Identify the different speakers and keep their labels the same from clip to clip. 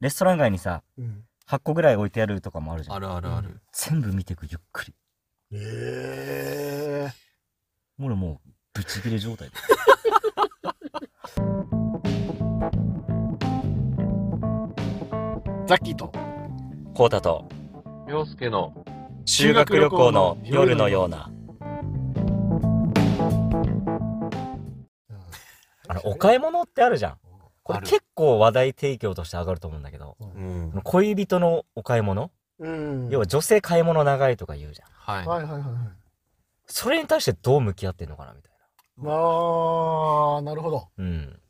Speaker 1: レストラン街にさ、
Speaker 2: うん
Speaker 1: 8個ぐらい置いてあるとかもあるじゃん。
Speaker 3: あるあるある。
Speaker 1: 全部見てく、ゆっくり。
Speaker 2: ええ
Speaker 1: 俺もう、ブチギレ状 態だよ。
Speaker 2: ザッキーと
Speaker 1: コータと、
Speaker 3: 洋介の
Speaker 1: 修学旅行の夜のような。あの、お買い物ってあるじゃん。これ
Speaker 3: ある
Speaker 1: 結構話題提供として上がると思うんだけど、
Speaker 3: うん
Speaker 1: あの恋人のお買い物、
Speaker 2: うん
Speaker 1: 要は女性買い物長いとか言うじゃん。
Speaker 3: はい。
Speaker 2: はいはいはいはい
Speaker 1: それに対してどう向き合ってんのかなみたい
Speaker 2: ああなるほど
Speaker 1: な。うん。っ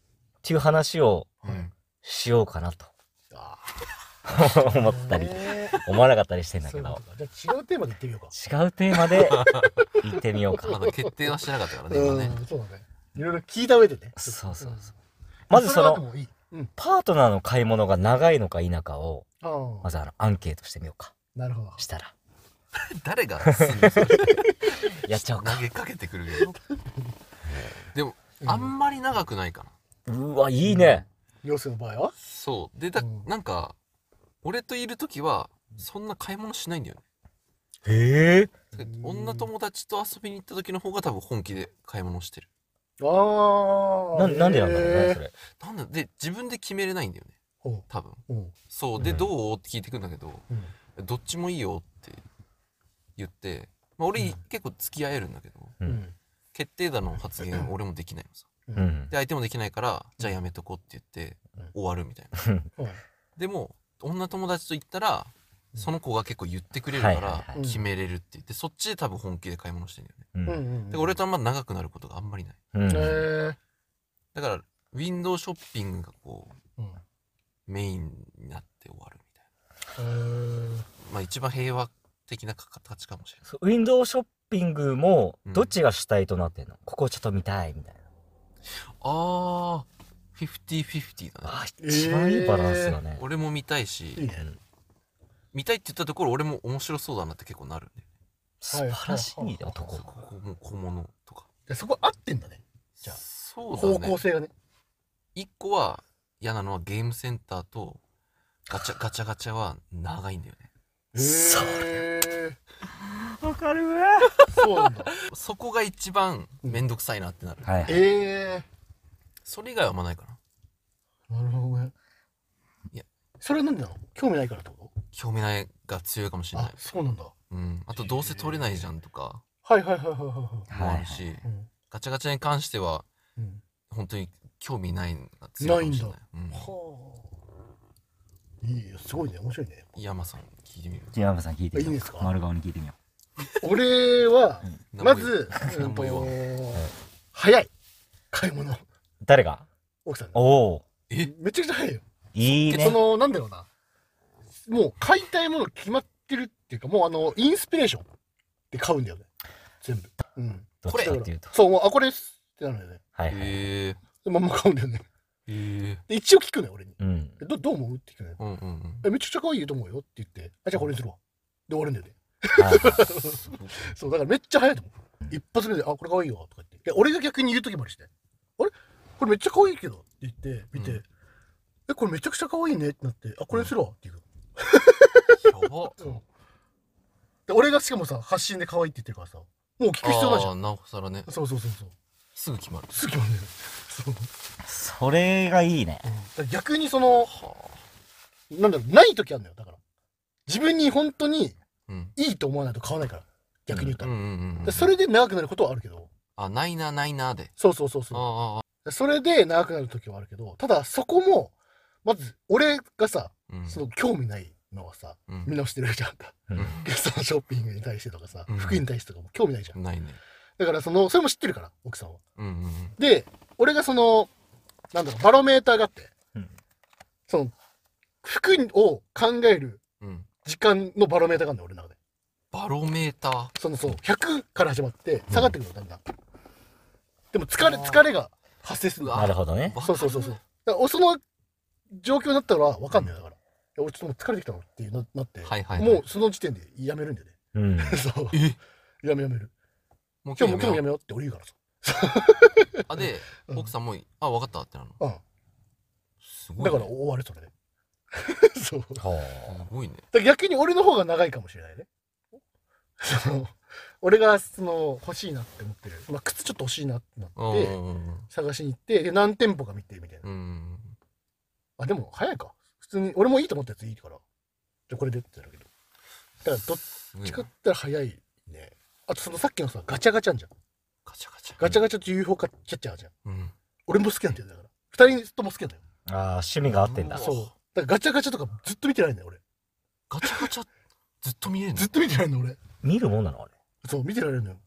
Speaker 1: ていう話を
Speaker 3: うん
Speaker 1: しようかなと
Speaker 2: あ
Speaker 1: 思
Speaker 2: ー
Speaker 1: ったり、
Speaker 2: ね
Speaker 1: 思わなかったりしてん
Speaker 2: ー
Speaker 1: だ
Speaker 2: そう
Speaker 1: け
Speaker 2: いうこ
Speaker 1: ど
Speaker 2: と、かじゃあ違うテーマでいってみようか
Speaker 1: 違うテーマで行ってみようか。
Speaker 3: まだ決定はしてなかったからね、今ね。
Speaker 2: うんそうだねいろいろ聞いた上でね
Speaker 1: そうそうそう。
Speaker 2: うん
Speaker 1: まずそ
Speaker 2: れはで
Speaker 1: の、
Speaker 2: もいいうん
Speaker 1: パートナーの買い物が長いのか否かを、
Speaker 2: あー
Speaker 1: まずあの、アンケートしてみようか。
Speaker 2: なるほど
Speaker 1: したら。
Speaker 3: 誰がすんのそれ
Speaker 1: やっちゃおうか
Speaker 3: 投。げかけてくる けど。でも、あんまり長くないかな。
Speaker 1: うわ、いいね。
Speaker 2: 陽介の場合は
Speaker 3: そう。で、だ
Speaker 2: うん
Speaker 3: なんか、俺といるときは、そんな買い物しないんだよね。
Speaker 1: へえ。
Speaker 2: うん
Speaker 3: 女友達と遊びに行った時の方が多分本気で買い物してる。
Speaker 2: あ
Speaker 1: な、
Speaker 2: あ
Speaker 1: なんでなんだろうね、それ。
Speaker 3: なんだで、自分で決めれないんだよね。
Speaker 2: ほ
Speaker 3: 多分。
Speaker 2: うほ
Speaker 3: そう。で、
Speaker 1: うん
Speaker 3: どうって聞いてくんだけど、
Speaker 2: ううん
Speaker 3: どっちもいいよって言って、まあ俺、
Speaker 2: うん
Speaker 3: 結構付き合えるんだけど、
Speaker 1: うん
Speaker 2: うん
Speaker 3: 決定打の発言俺もできないのさ。
Speaker 2: う
Speaker 1: うんん
Speaker 3: で、。相手もできないから、じゃあやめとこうって言って
Speaker 2: うん、
Speaker 3: 終わるみたいな。
Speaker 2: うん
Speaker 3: でも、女友達と行ったら、
Speaker 2: うん、
Speaker 3: その子が結構言ってくれるか
Speaker 1: はいはい
Speaker 3: ら
Speaker 1: はい
Speaker 3: 決めれるって言って、そっちで多分本気で買い物してるんだ
Speaker 1: う
Speaker 3: よね。
Speaker 2: うん
Speaker 1: ん。
Speaker 2: うん
Speaker 3: で、俺とあんま長くなることがあんまりない。
Speaker 1: うん。
Speaker 2: え
Speaker 3: だから、ウィンドウショッピングがこ
Speaker 2: ーうん
Speaker 3: う、メインになって終わるみたい
Speaker 2: えー
Speaker 3: な。まあ一番平和的な形かもしれない。
Speaker 1: そうウィンドウショッピングも
Speaker 3: うん
Speaker 1: どっちが主体となってんの、ここちょっと見たいみたいな
Speaker 3: あー、50-50だね。
Speaker 1: あー一番いいバランスだね、
Speaker 3: 俺も見たい
Speaker 2: いい
Speaker 3: し、
Speaker 2: ね
Speaker 3: 見たいって言ったところ俺も面白そうだなって結構なるんだよね。
Speaker 1: 素晴らしい男、
Speaker 3: そうここも小物とか。
Speaker 2: でそこ合ってんだねじゃあ
Speaker 3: そうだね
Speaker 2: 方。向性がね
Speaker 3: 一個は嫌なのはゲームセンターとガチャ ガチャガチャは長いんだよね
Speaker 1: そ
Speaker 2: え
Speaker 1: わかる
Speaker 2: そうなんだ
Speaker 3: そこが一番めんどくさいなってなる、
Speaker 1: はい、はい、
Speaker 2: え
Speaker 3: それ以外はあんまないかな
Speaker 2: ーなるほどね
Speaker 3: いや
Speaker 2: それはなんでなの興味ないからってこ
Speaker 3: 興味ないが強いかもし
Speaker 2: と
Speaker 3: れない
Speaker 2: あそうなんだ
Speaker 3: うんあとどうせ取れないじゃんとか
Speaker 2: はいはいはいはいはい
Speaker 3: もあるし、
Speaker 2: はいうん
Speaker 3: ガチャガチャに関しては
Speaker 2: うん
Speaker 3: 本当に興味ないのが強いかもしれないうん
Speaker 2: はあいいよすごいね面白いね
Speaker 3: 井山さん聞いてみる
Speaker 1: じゃあ山さん聞いてみよう
Speaker 2: いいですか
Speaker 1: 丸顔に聞いてみよ
Speaker 2: 俺は
Speaker 3: 何
Speaker 2: ま
Speaker 3: も言う
Speaker 2: ず
Speaker 3: 何も言わん
Speaker 2: うんと早い買い物
Speaker 1: う誰が
Speaker 2: 奥さん
Speaker 1: おお
Speaker 3: え
Speaker 2: めちゃくちゃ早いよ
Speaker 1: いいね
Speaker 2: そのなんだろうなもう買いたいもの決まってるっていうかもうあのインスピレーションで買うんだよね全部うん
Speaker 1: どっ
Speaker 3: これ
Speaker 1: ち
Speaker 2: だ
Speaker 1: か
Speaker 2: か
Speaker 1: っていう
Speaker 2: ら
Speaker 1: と
Speaker 2: そうもうあこれですってなるよね
Speaker 1: はいはい、
Speaker 3: え
Speaker 2: でまんま買うんだよね
Speaker 3: ー、えー、
Speaker 2: で一応聞くのよ俺に
Speaker 1: うん
Speaker 2: どどう思うって聞くのよ
Speaker 3: うんうんうん
Speaker 2: えめちゃくちゃ可愛いと思うよって言ってあじゃあこれにするわで終わるんだよね
Speaker 1: はいはい
Speaker 2: そうだからめっちゃ早いと思う一発目で「あこれ可愛いよ」とか言ってで俺が逆に言う時もあるしね「あれこれめっちゃ可愛いけど」って言って見て「
Speaker 3: うん
Speaker 2: えこれめちゃくちゃ可愛いね」ってなって「あこれにするわ」って言うの
Speaker 3: やば
Speaker 2: そうで俺がしかもさ発信で可愛いって言ってるからさもう聞く必要ないじゃ
Speaker 3: あーなおさらね
Speaker 2: んそうそうそうそう
Speaker 3: すぐ決まる
Speaker 2: すぐ決まるんだよそう、
Speaker 1: それがいいね
Speaker 2: だから逆にその
Speaker 3: はあ
Speaker 2: なんだろうない時あるんだよだから自分に本当に
Speaker 3: うん
Speaker 2: いいと思わないと買わないから逆に言った
Speaker 3: うん
Speaker 2: ら、
Speaker 3: うんうんうん
Speaker 2: でそれで長くなることはあるけど
Speaker 3: あないなないなで
Speaker 2: そうそうそう
Speaker 3: あ
Speaker 2: そう
Speaker 3: ああ
Speaker 2: それで長くなる時はあるけどただそこもまず俺がさ
Speaker 3: あうん
Speaker 2: その興味ないのはさ
Speaker 3: うん
Speaker 2: 見直してるじゃんか
Speaker 1: うん
Speaker 2: ゲストのショッピングに対してとかさ
Speaker 3: うん
Speaker 2: 服に対してとかも興味ないじゃん
Speaker 3: ないね
Speaker 2: だからそのそれも知ってるから奥さんは
Speaker 3: うんうんうん
Speaker 2: で俺がそのなんだろうバロメーターがあって
Speaker 1: うん
Speaker 2: その服を考える
Speaker 3: うん
Speaker 2: 時間のバロメーターがあるんだよ俺の中で
Speaker 3: バロメーター
Speaker 2: そのそう100から始まって下がってくるのだんだんでも疲れ疲れが発生するの
Speaker 3: うわ
Speaker 1: なるほどね
Speaker 3: わ
Speaker 2: そうそうそうそう。だからおその状況になったらわかんないよだから。いや俺ちょっともう疲れてきたのっていうななって、
Speaker 3: はいはいはい
Speaker 2: もうその時点でやめるんだよね。
Speaker 1: うん
Speaker 2: そう。
Speaker 3: え
Speaker 2: やめやめる。
Speaker 3: もう
Speaker 2: 今日
Speaker 3: 今日
Speaker 2: も
Speaker 3: も
Speaker 2: 今日もや
Speaker 3: 今日
Speaker 2: めようって俺言うからさ。
Speaker 3: あで奥さんもあ分かったってなるの
Speaker 2: うん。
Speaker 3: すごい
Speaker 2: だ
Speaker 3: ね
Speaker 2: から終わるそれで。 そう。だか
Speaker 1: ほう
Speaker 3: すごいね。
Speaker 2: ら逆に俺の方が長いかもしれないね。その、俺がその欲しいなって思ってる。まあ、靴ちょっと欲しいなってな
Speaker 3: うん
Speaker 2: って、探しに行って、で、何店舗か見てみたいな。
Speaker 3: うんうん。
Speaker 2: あ、でも早いか。普通に、俺もいいと思ったやついいから。じゃあこれでってなるけど。だからどっ
Speaker 3: すごい
Speaker 2: ち
Speaker 3: な
Speaker 2: かって言ったら早いね。あとそのさっきのさ、ガチャガチャあんじゃん。
Speaker 3: ガチャガチャ。
Speaker 2: ガチャガチャと UFO キャッチャーあるじゃん。
Speaker 3: うん。
Speaker 2: 俺も好きなんだよ、だから。二人とも好きなんだよ。
Speaker 1: ああ趣味が合ってんだ
Speaker 3: うん
Speaker 2: そう。だからガチャガチャとかずっと見てないんだよ、俺。
Speaker 3: ガチャガチャ、ずっと見れるの
Speaker 2: ずっと見てないんだよ、俺。
Speaker 1: 見るもんなのあれ
Speaker 2: そう、見てられるのよ。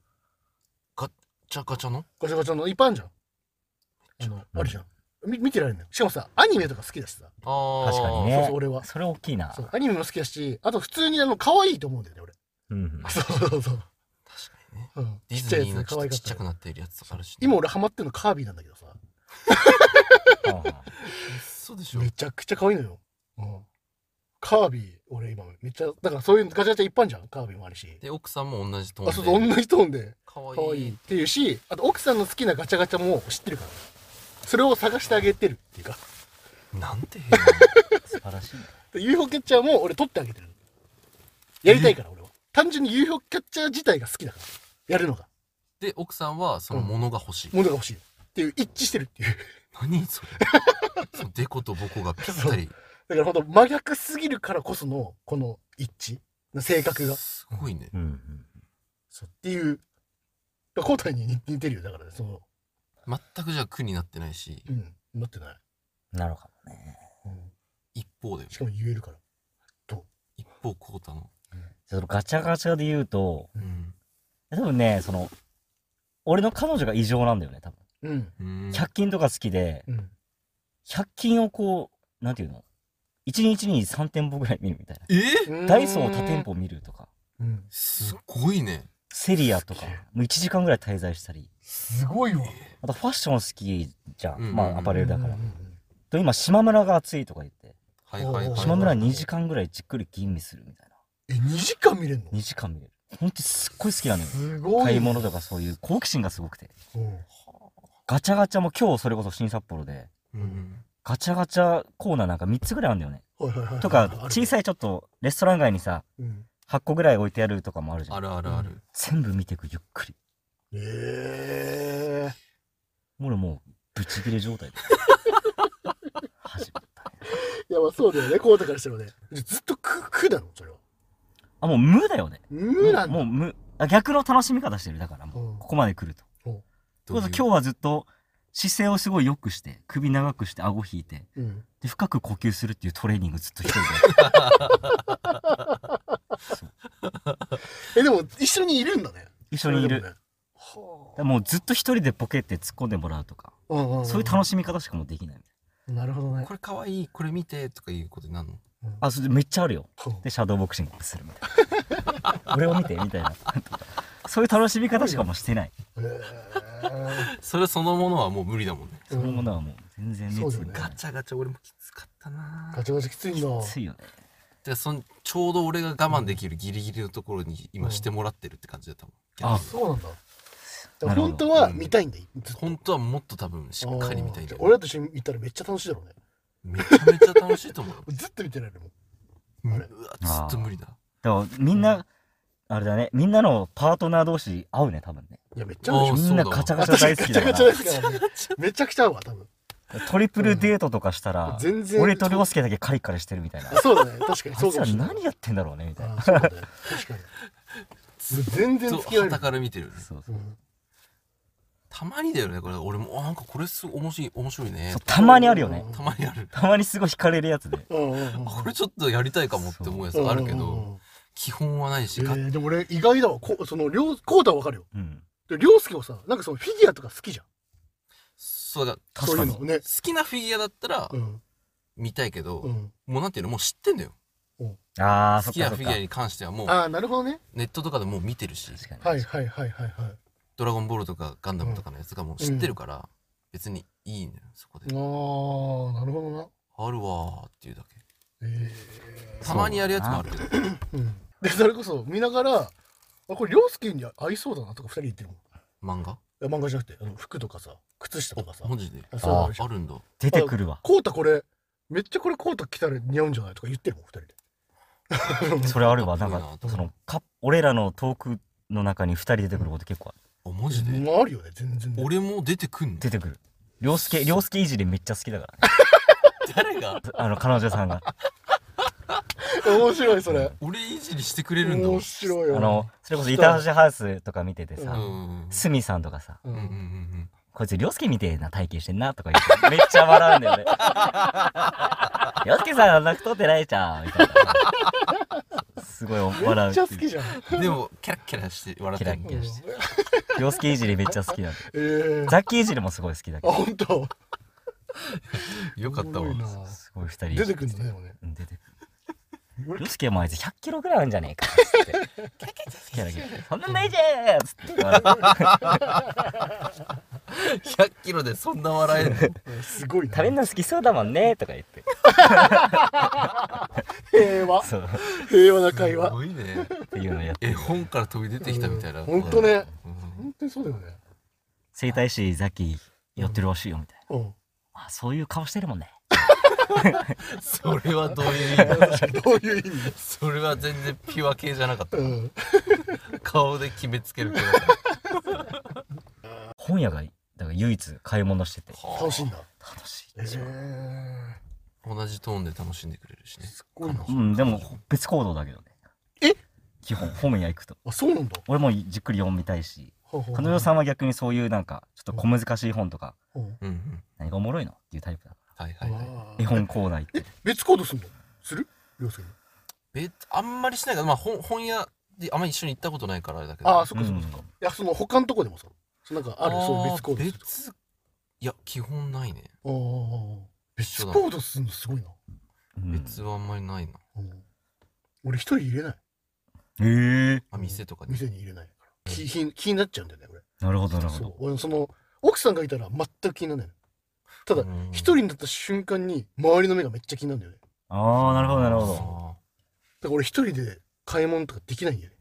Speaker 3: ガチャガチャの
Speaker 2: ガチャガチャのいっぱいあるじゃん。あの、あるじゃん。み見てられるのよ。しかもさ、アニメとか好きだしさ。
Speaker 3: ああ。
Speaker 1: 確かにね
Speaker 2: そうそう、俺は。
Speaker 1: それ大きいな
Speaker 2: そう、アニメも好きだし、あと普通にあの、可愛いと思うんだよね、俺。
Speaker 1: うん
Speaker 2: そうそうそう。
Speaker 3: 確かにね。
Speaker 2: うん。
Speaker 3: デ
Speaker 2: ちっ
Speaker 3: ィ
Speaker 2: ちゃ
Speaker 3: ズ
Speaker 2: い
Speaker 3: ニー
Speaker 2: や
Speaker 3: の
Speaker 2: つ可
Speaker 3: ちょっと
Speaker 2: 愛か
Speaker 3: ちっ
Speaker 2: っ
Speaker 3: ち
Speaker 2: た
Speaker 3: ゃ。くなってるやつとかあるしね。
Speaker 2: 今俺ハマってるのカービィなんだけどさ。
Speaker 1: あ
Speaker 3: そうでしょ。
Speaker 2: めちゃくちゃ可愛いのよ。うん。カービィ、俺今めっちゃ、だからそういうガチャガチャいっぱいあるじゃん。カービィもあるし。
Speaker 3: で、奥さんも同じトーンで。
Speaker 2: あ、そうそう、同じトーンで。
Speaker 3: か
Speaker 2: 可
Speaker 3: わ
Speaker 2: 愛
Speaker 3: い
Speaker 2: いっ
Speaker 3: い。
Speaker 2: ていうし、あと奥さんの好きなガチャガチャも知ってるから。それを探してあげてるっていうか。
Speaker 3: なんて平和な。
Speaker 1: 素晴らしいね
Speaker 2: で UFO キャッチャーも俺取ってあげてる。やりたいから俺は。単純に UFO キャッチャー自体が好きだから。やるのが。
Speaker 3: で、奥さんはそのものが欲しい。
Speaker 2: 物が欲しい。っていう一致してるっていう。
Speaker 3: 何それ。そうデコとボコがぴった り。
Speaker 2: だからほんと真逆すぎるからこその、この一致。の性格が。
Speaker 3: すごいね。
Speaker 1: うんうん
Speaker 2: そうっていう。交代に似似てるよ。だからね、その、
Speaker 3: 全くじゃあ苦になってないし、
Speaker 2: うん、なってない。
Speaker 1: なのかもね
Speaker 2: うん
Speaker 3: 一方だよ
Speaker 2: し。かも言えるから。
Speaker 3: 一方こうたの。
Speaker 1: そのガチャガチャで言うと
Speaker 3: うん。
Speaker 1: 多分ねその俺の彼女が異常なんだよね多分
Speaker 2: うん。
Speaker 3: うん。
Speaker 1: 100均とか好きで
Speaker 2: うん。
Speaker 1: 100均をこうなんていうの1日に3店舗ぐらい見るみたい
Speaker 3: え
Speaker 1: なダイソーを多店。舗見るとか
Speaker 2: うん。
Speaker 3: すごいね。
Speaker 1: セリアとか
Speaker 2: すげえ
Speaker 1: もう1時間ぐらい滞在したり
Speaker 2: すごいわ。
Speaker 1: あとファッション好きじゃん、
Speaker 3: うん
Speaker 1: まあアパレルだから、
Speaker 2: うんうんうん
Speaker 1: と今島村が暑いとか言って
Speaker 3: はいはいはい。
Speaker 1: 島村2時間ぐらいじっくり吟味するみたい
Speaker 2: え、2時間見れんの
Speaker 1: な2時間見れるほんとすっごい好きなのよ
Speaker 2: すごいね。
Speaker 1: 買い物とかそういう好奇心がすごくて
Speaker 2: うん。
Speaker 1: ガチャガチャも今日それこそ新札幌で
Speaker 3: うん。
Speaker 1: ガチャガチャコーナーなんか3つぐらいあるんだよね
Speaker 2: はいはいはいはい。
Speaker 1: とか小
Speaker 2: い。
Speaker 1: さいちょっとレストラン街にさ
Speaker 2: うん、
Speaker 1: 8個ぐらい置いてあるとかもあるじゃ
Speaker 3: あ
Speaker 1: ん
Speaker 3: るあるある。
Speaker 1: 全部見てくゆっくり
Speaker 2: ええ
Speaker 1: 俺もうブチギレ状態 で始まったね
Speaker 2: いや、まあそうだよね。こうだからしたらね。ずっと苦、苦だろ、それは。
Speaker 1: あもう無だよね
Speaker 2: 無なん
Speaker 1: もうも
Speaker 2: だ。
Speaker 1: う無あ逆の楽しみ方してるだからも
Speaker 2: うん
Speaker 1: うここまで来ると
Speaker 3: どういう
Speaker 1: ということで今日はずっと姿勢をすごい良くして首長くして顎引いて
Speaker 2: うん。
Speaker 1: で深く呼吸するっていうトレーニングずっと一人で
Speaker 2: え、でも、一緒にいるんだね。
Speaker 1: 一緒にいる
Speaker 2: それで
Speaker 1: だ
Speaker 2: もね。は
Speaker 1: からもうずっと一人でボケって突っ込んでもらうとか
Speaker 2: あ。うんうんん
Speaker 1: そういう楽しみ方しかもうできないみたい
Speaker 2: なるほどね。
Speaker 3: これ可愛い、これ見てとかいうことになるの
Speaker 1: なあそれめっちゃあるよ
Speaker 2: うん
Speaker 1: でシャドーボクシングするみたいな俺を見てみたいなそういう楽しみ方しかもうしてない
Speaker 2: へえ
Speaker 3: それそのものはもう無理だもんね。
Speaker 1: そのものはもう全然熱
Speaker 2: そうだ
Speaker 1: 意
Speaker 2: よね
Speaker 3: ガチャガチャ俺もきつかったな
Speaker 2: ガチャガチャきついんだ。
Speaker 1: ついよね
Speaker 3: てかそのちょうど俺が我慢できるギリギリのところに今してもらってるって感じだったもん。
Speaker 1: あ
Speaker 2: そうなんだ。だか
Speaker 1: な
Speaker 2: ら
Speaker 1: るほど
Speaker 2: 本当は見たいんだ。ずっと
Speaker 3: 本当はもっと多分しっかり見たいん
Speaker 2: あ
Speaker 3: だ
Speaker 2: ー
Speaker 3: け
Speaker 2: 俺
Speaker 3: ど
Speaker 2: らと一緒に行ったらめっちゃ楽しいだろうね。
Speaker 3: めちゃめちゃ楽しいと思うよ
Speaker 2: ずっと見てられるもん。
Speaker 3: う ん
Speaker 2: あ
Speaker 3: う
Speaker 2: れ
Speaker 3: わずっと無理だ
Speaker 1: だからみんな、あれだねみんなのパートナー同士合うね多分ね
Speaker 2: いや、めっちゃあるでしょ
Speaker 3: あー
Speaker 1: みんなガチャガチャ大好きだ
Speaker 2: ガ
Speaker 1: か
Speaker 2: チャガ
Speaker 1: ら
Speaker 2: チャですからね。めちゃくちゃ合うわ、多分。
Speaker 1: トリプルデートとかしたら、
Speaker 2: 全然。
Speaker 1: 俺と涼介だけカリカリしてるみたいな
Speaker 2: あそうだね、確かに
Speaker 1: あ
Speaker 2: そ
Speaker 1: いうつ
Speaker 2: からもしれない。
Speaker 1: 何やってんだろうねみたいな
Speaker 2: あーそうだね、確かに。全然
Speaker 3: そう
Speaker 2: 付き合える
Speaker 3: 旗。から見てるよね
Speaker 1: そうそう
Speaker 2: うん
Speaker 3: たまにだよねこれ俺もあなんかこれすごい面白い面白いね
Speaker 1: そうたまにあるよね
Speaker 2: うん
Speaker 3: たまにある
Speaker 1: たまにすごい惹かれるやつで
Speaker 2: うんうんうん
Speaker 3: あこれちょっとやりたいかもって思うやつあるけど。基本はないし
Speaker 2: うんうん
Speaker 3: が
Speaker 2: うんえーでも俺意外だわ。こうその両コーダはわかるよ。
Speaker 1: うん
Speaker 2: で涼介もさ、なんかそのフィギュアとか好きじゃん。
Speaker 3: そうだから
Speaker 2: そう
Speaker 1: 確
Speaker 2: い
Speaker 1: か
Speaker 2: う
Speaker 1: に
Speaker 2: のね
Speaker 3: 好。きなフィギュアだったら
Speaker 2: うん
Speaker 3: 見たいけど、
Speaker 2: うん。
Speaker 3: もうなんていうのもう知ってんだよ
Speaker 1: あーそ
Speaker 3: 好
Speaker 1: っ
Speaker 3: きな
Speaker 1: か
Speaker 3: フ
Speaker 1: そっ
Speaker 3: ィギ
Speaker 1: か
Speaker 3: ュアに関してはもう
Speaker 2: ああなるほどね。
Speaker 3: ネットとかでもう見てるし
Speaker 1: 確かに、
Speaker 2: はいはいはいはいはい。
Speaker 3: ドラゴンボールとかガンダムとかのやつがもう知ってるから、別にいいのよそこで、
Speaker 2: ああなるほどな。
Speaker 3: あるわーっていうだけ
Speaker 2: え
Speaker 3: たまにやるやつもあるけど
Speaker 2: えうん。でそれこそ見ながら、あこれ涼介に合いそうだなとか二人言ってるもん。
Speaker 3: 漫画
Speaker 2: いや漫画じゃなくてあの服とかさ、靴下とかさ
Speaker 3: お。マジで
Speaker 2: あそうだね
Speaker 3: あるんだ
Speaker 1: 出てくるわ
Speaker 2: こうたこれめっちゃこれコート着たら似合うんじゃないとか言ってるもん二人で
Speaker 1: それあるわ
Speaker 3: か
Speaker 1: な
Speaker 3: っ
Speaker 1: ん
Speaker 3: こいいな
Speaker 1: かそのか俺らのトークの中に2人出てくること結構ある
Speaker 3: あマジで、
Speaker 2: まああるよね全然ね
Speaker 3: 俺も出てくんの
Speaker 1: 出てくる涼介涼介いじりめっちゃ好きだから、ね、
Speaker 3: 誰が
Speaker 1: あの彼女さんが
Speaker 2: 面白いそれ
Speaker 3: 俺いじりしてくれるんだもん
Speaker 2: 面白い
Speaker 1: あ
Speaker 2: よ
Speaker 1: のそれこそ板橋ハウスとか見てて
Speaker 3: う
Speaker 1: さ、
Speaker 3: ん
Speaker 2: の
Speaker 3: うん
Speaker 1: スミさんとかさ
Speaker 2: うん
Speaker 3: うんうんうん
Speaker 1: こいつ涼介みてえな体型してんなとか言ってめっちゃ笑うんだよね涼介さん泣くとってないじゃんみたいなすごい笑う
Speaker 2: めっちゃ好きじゃん
Speaker 3: うんでもキャラキャラして笑ってる
Speaker 1: キャラ涼介いじりめっちゃ好きなんだ
Speaker 2: ええ
Speaker 1: ザッキーいじりもすごい好きだけ
Speaker 2: あ
Speaker 1: ど
Speaker 2: 本当
Speaker 3: よかったわ
Speaker 2: おもろいな
Speaker 1: すごい二人
Speaker 2: 出てくるんだねでもね
Speaker 1: うん出て
Speaker 2: 俺
Speaker 1: 涼介もあいつ100キロぐらいあるんじゃねえかっつってキャラキャラそんなんないじゃんっつって言われて
Speaker 3: 100キロでそんな笑えるの
Speaker 2: うんすごいな
Speaker 1: 食べんの好きそうだもんねとか言って
Speaker 2: 平和
Speaker 1: そうっ
Speaker 2: 平和な会
Speaker 3: す
Speaker 2: 話
Speaker 3: ごいね
Speaker 1: ていうのやって
Speaker 3: 絵本から飛び出てきたみたいな、
Speaker 2: うんほんとね
Speaker 3: うん
Speaker 2: 本当にそうだよね
Speaker 1: 整体師ザッキーやってるらしいよみたい
Speaker 2: うん
Speaker 1: なあそういう顔してるもんね
Speaker 3: それ はどういう意味
Speaker 2: どういう意味
Speaker 3: それは全然ピュア系じゃなかった
Speaker 2: うん
Speaker 3: 顔で決めつけるけど
Speaker 1: 本屋がだから唯一買い物してて
Speaker 2: 楽しいんだ
Speaker 1: 楽しい
Speaker 2: ええ
Speaker 3: 同じトーンで楽しんでくれるしね
Speaker 2: すごいな
Speaker 1: うんでも別行動だけどね
Speaker 2: え
Speaker 1: 基本本屋行くと
Speaker 2: あそうなんだ
Speaker 1: 俺もじっくり読みたいし彼女
Speaker 2: ん
Speaker 1: さんは逆にそういうなんかちょっと小難しい本とか
Speaker 3: うんうん
Speaker 1: 何がおもろいのっていうタイプだか
Speaker 3: はいはいはい
Speaker 1: ら絵本コーナー行って
Speaker 2: 別行動するのする涼介
Speaker 3: べあんまりしないからまあ本本屋であんまり一緒に行ったことないからあれだけど
Speaker 2: ああ
Speaker 3: そ
Speaker 2: そっかそっかそっ
Speaker 1: う
Speaker 2: か
Speaker 1: ん
Speaker 2: いやその他のとこでもさなんかあるそういう別行動する
Speaker 3: 別いや基本ないね
Speaker 2: ああ
Speaker 3: 別
Speaker 2: 別
Speaker 3: 所だ
Speaker 2: 行動するのすごいな
Speaker 1: うん
Speaker 3: 別はあんまりないな
Speaker 2: うん俺一人入れない
Speaker 1: へえ
Speaker 3: あ店とかに
Speaker 2: 店に入れないから気気気になっちゃうんだよね俺
Speaker 1: なるほどなるほ
Speaker 2: そ
Speaker 1: ど
Speaker 2: う俺その奥さんがいたら全く気にならないただ
Speaker 3: うん
Speaker 2: 一人になった瞬間に周りの目がめっちゃ気になるんだよね
Speaker 1: ああなるほどなるほど
Speaker 3: あ
Speaker 2: だから俺一人で買い物とかできないんだよね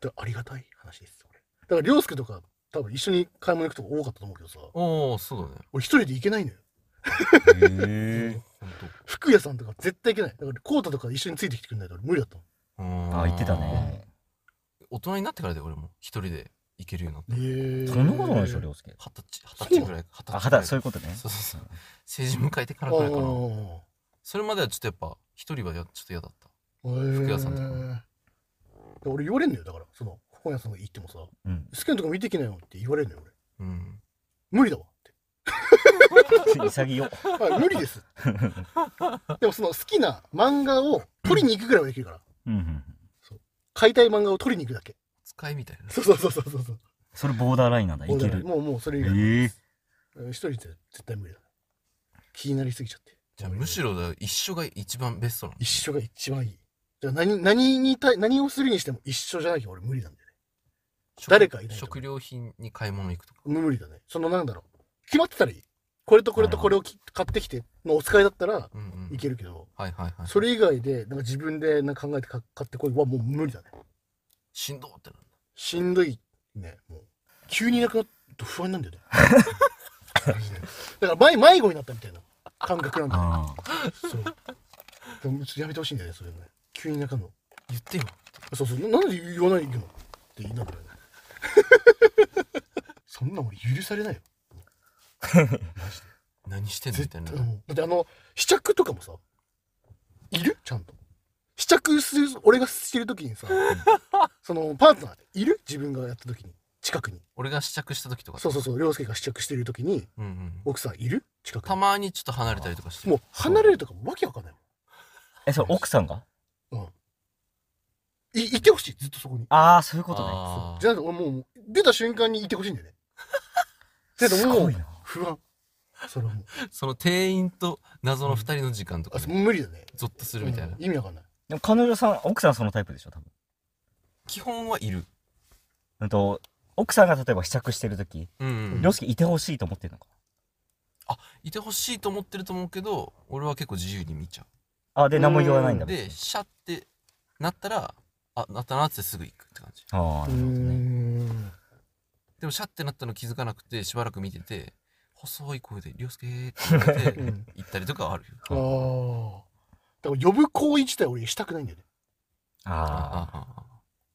Speaker 2: だからありがたい話です俺だから涼介とか多分一緒に買い物行くとこ多かったと思うけどさ
Speaker 3: ーおーそうだね
Speaker 2: 俺一人で行けないのよ
Speaker 1: へえ
Speaker 3: ほんと
Speaker 2: 服屋さんとか絶対行けないだからコータとか一緒についてきてくんないと俺無理だったの
Speaker 3: うん
Speaker 1: あ言ってたね
Speaker 3: 大人になってからで俺も一人で行けるようになっ
Speaker 2: え
Speaker 3: た
Speaker 1: そんなことないでしょ涼介
Speaker 3: 二十歳二十歳ぐらい二十
Speaker 1: あ
Speaker 3: 歳
Speaker 1: 肌そういうことね
Speaker 3: そうそうそう成人迎えてからくらいかなそれまではちょっとやっぱ一人はやちょっと嫌だった
Speaker 2: 服
Speaker 3: 屋さんとか
Speaker 2: 俺言われんのよだからその本屋さんが行ってもさ好
Speaker 1: うん
Speaker 2: きなとこ見てきなよって言われるのよ俺
Speaker 3: うん
Speaker 2: 無理だわっ
Speaker 1: 潔
Speaker 2: てあ無理です でもその好きな漫画を取りに行くぐらいはできるから
Speaker 1: うんうん
Speaker 2: 買いたい漫画を取りに行くだけ
Speaker 3: 使いみたいな
Speaker 2: そうそうそうそうそうそう
Speaker 1: それボーダーラインなんだい
Speaker 2: 俺
Speaker 1: け
Speaker 2: だから
Speaker 1: る
Speaker 2: もうもうそれ以外
Speaker 1: ええ
Speaker 2: うん一人で絶対無理だ気になりすぎちゃって
Speaker 3: じゃあむしろだから一緒が一番ベストなの
Speaker 2: 一緒が一番いいじゃあ何何に対何をするにしても一緒じゃなきゃ俺無理なんだよね
Speaker 3: 食
Speaker 2: 誰かいないと
Speaker 3: 食料品に買い物行くとか
Speaker 2: 無理だねそのなんだろう決まってたらいいこれとこれとこれをき買ってきてのお使いだったら
Speaker 3: うんうん
Speaker 2: いけるけど、
Speaker 3: はいはいはい
Speaker 2: それ以外でなんか自分でなんか考えてか買ってこいはもう無理だね
Speaker 3: しんどーってなる
Speaker 2: しんどいねもう急にいなくなると不安なんだよね だから迷迷子になったみたいな感覚なんだよね
Speaker 1: ああ
Speaker 2: そうでもちょっとやめてほしいんだよねそういうのね急にいなくなるの
Speaker 3: 言ってよ
Speaker 2: そうそうななんで言わないのって言いながらね そんな俺許されないよ
Speaker 3: 何してんのみ
Speaker 2: 絶
Speaker 3: た
Speaker 2: 対
Speaker 3: い
Speaker 2: うん
Speaker 3: な
Speaker 2: だってあの試着とかもさいるちゃんと試着する俺がしてる時にさそのパートナーでいる自分がやった時に近くに
Speaker 3: 俺が試着した時とか
Speaker 2: そうそうそう涼介が試着してる時に
Speaker 3: うんうん
Speaker 2: 奥さんいる近く
Speaker 3: たまにちょっと離れたりとかして
Speaker 2: にもう離れるとかもわけわかんない
Speaker 1: えそれ奥さんが
Speaker 2: もん、うん、いいてほしいずっとそこに
Speaker 1: ああそういうことね
Speaker 3: あ
Speaker 2: じゃなくて俺もう出た瞬間にいてほしいんだよねだけ
Speaker 1: す
Speaker 2: ども
Speaker 1: ご
Speaker 2: う
Speaker 1: いな
Speaker 2: 不安それはもう
Speaker 3: ーその店員と謎の二人の時間と
Speaker 2: あ
Speaker 3: か
Speaker 2: そ
Speaker 3: ね
Speaker 2: う無理だね
Speaker 3: ゾッとするみたいな
Speaker 2: うん意味わかんない
Speaker 1: でも彼女さん奥さんはそのタイプでしょ多分
Speaker 3: 基本はいる
Speaker 1: うんと奥さんが例えば試着してる時
Speaker 3: うんうん
Speaker 1: 涼介いてほしいと思ってるのか
Speaker 3: いてほしいと思ってると思うけど俺は結構自由に見ちゃ
Speaker 1: あで何も言わないん
Speaker 2: う
Speaker 1: だ
Speaker 3: う
Speaker 1: 別
Speaker 3: で
Speaker 1: に
Speaker 3: シャってなったらあなったなってすぐ行くって感じ
Speaker 1: ああなるほどね
Speaker 2: ん
Speaker 3: でもシャってなったの気づかなくてしばらく見てて細い声で「涼介」って言って
Speaker 2: うん
Speaker 3: 行ったりとかはあるよ。
Speaker 2: ああ。だから呼ぶ行為自体俺したくないんだよね。
Speaker 1: あ
Speaker 3: ああ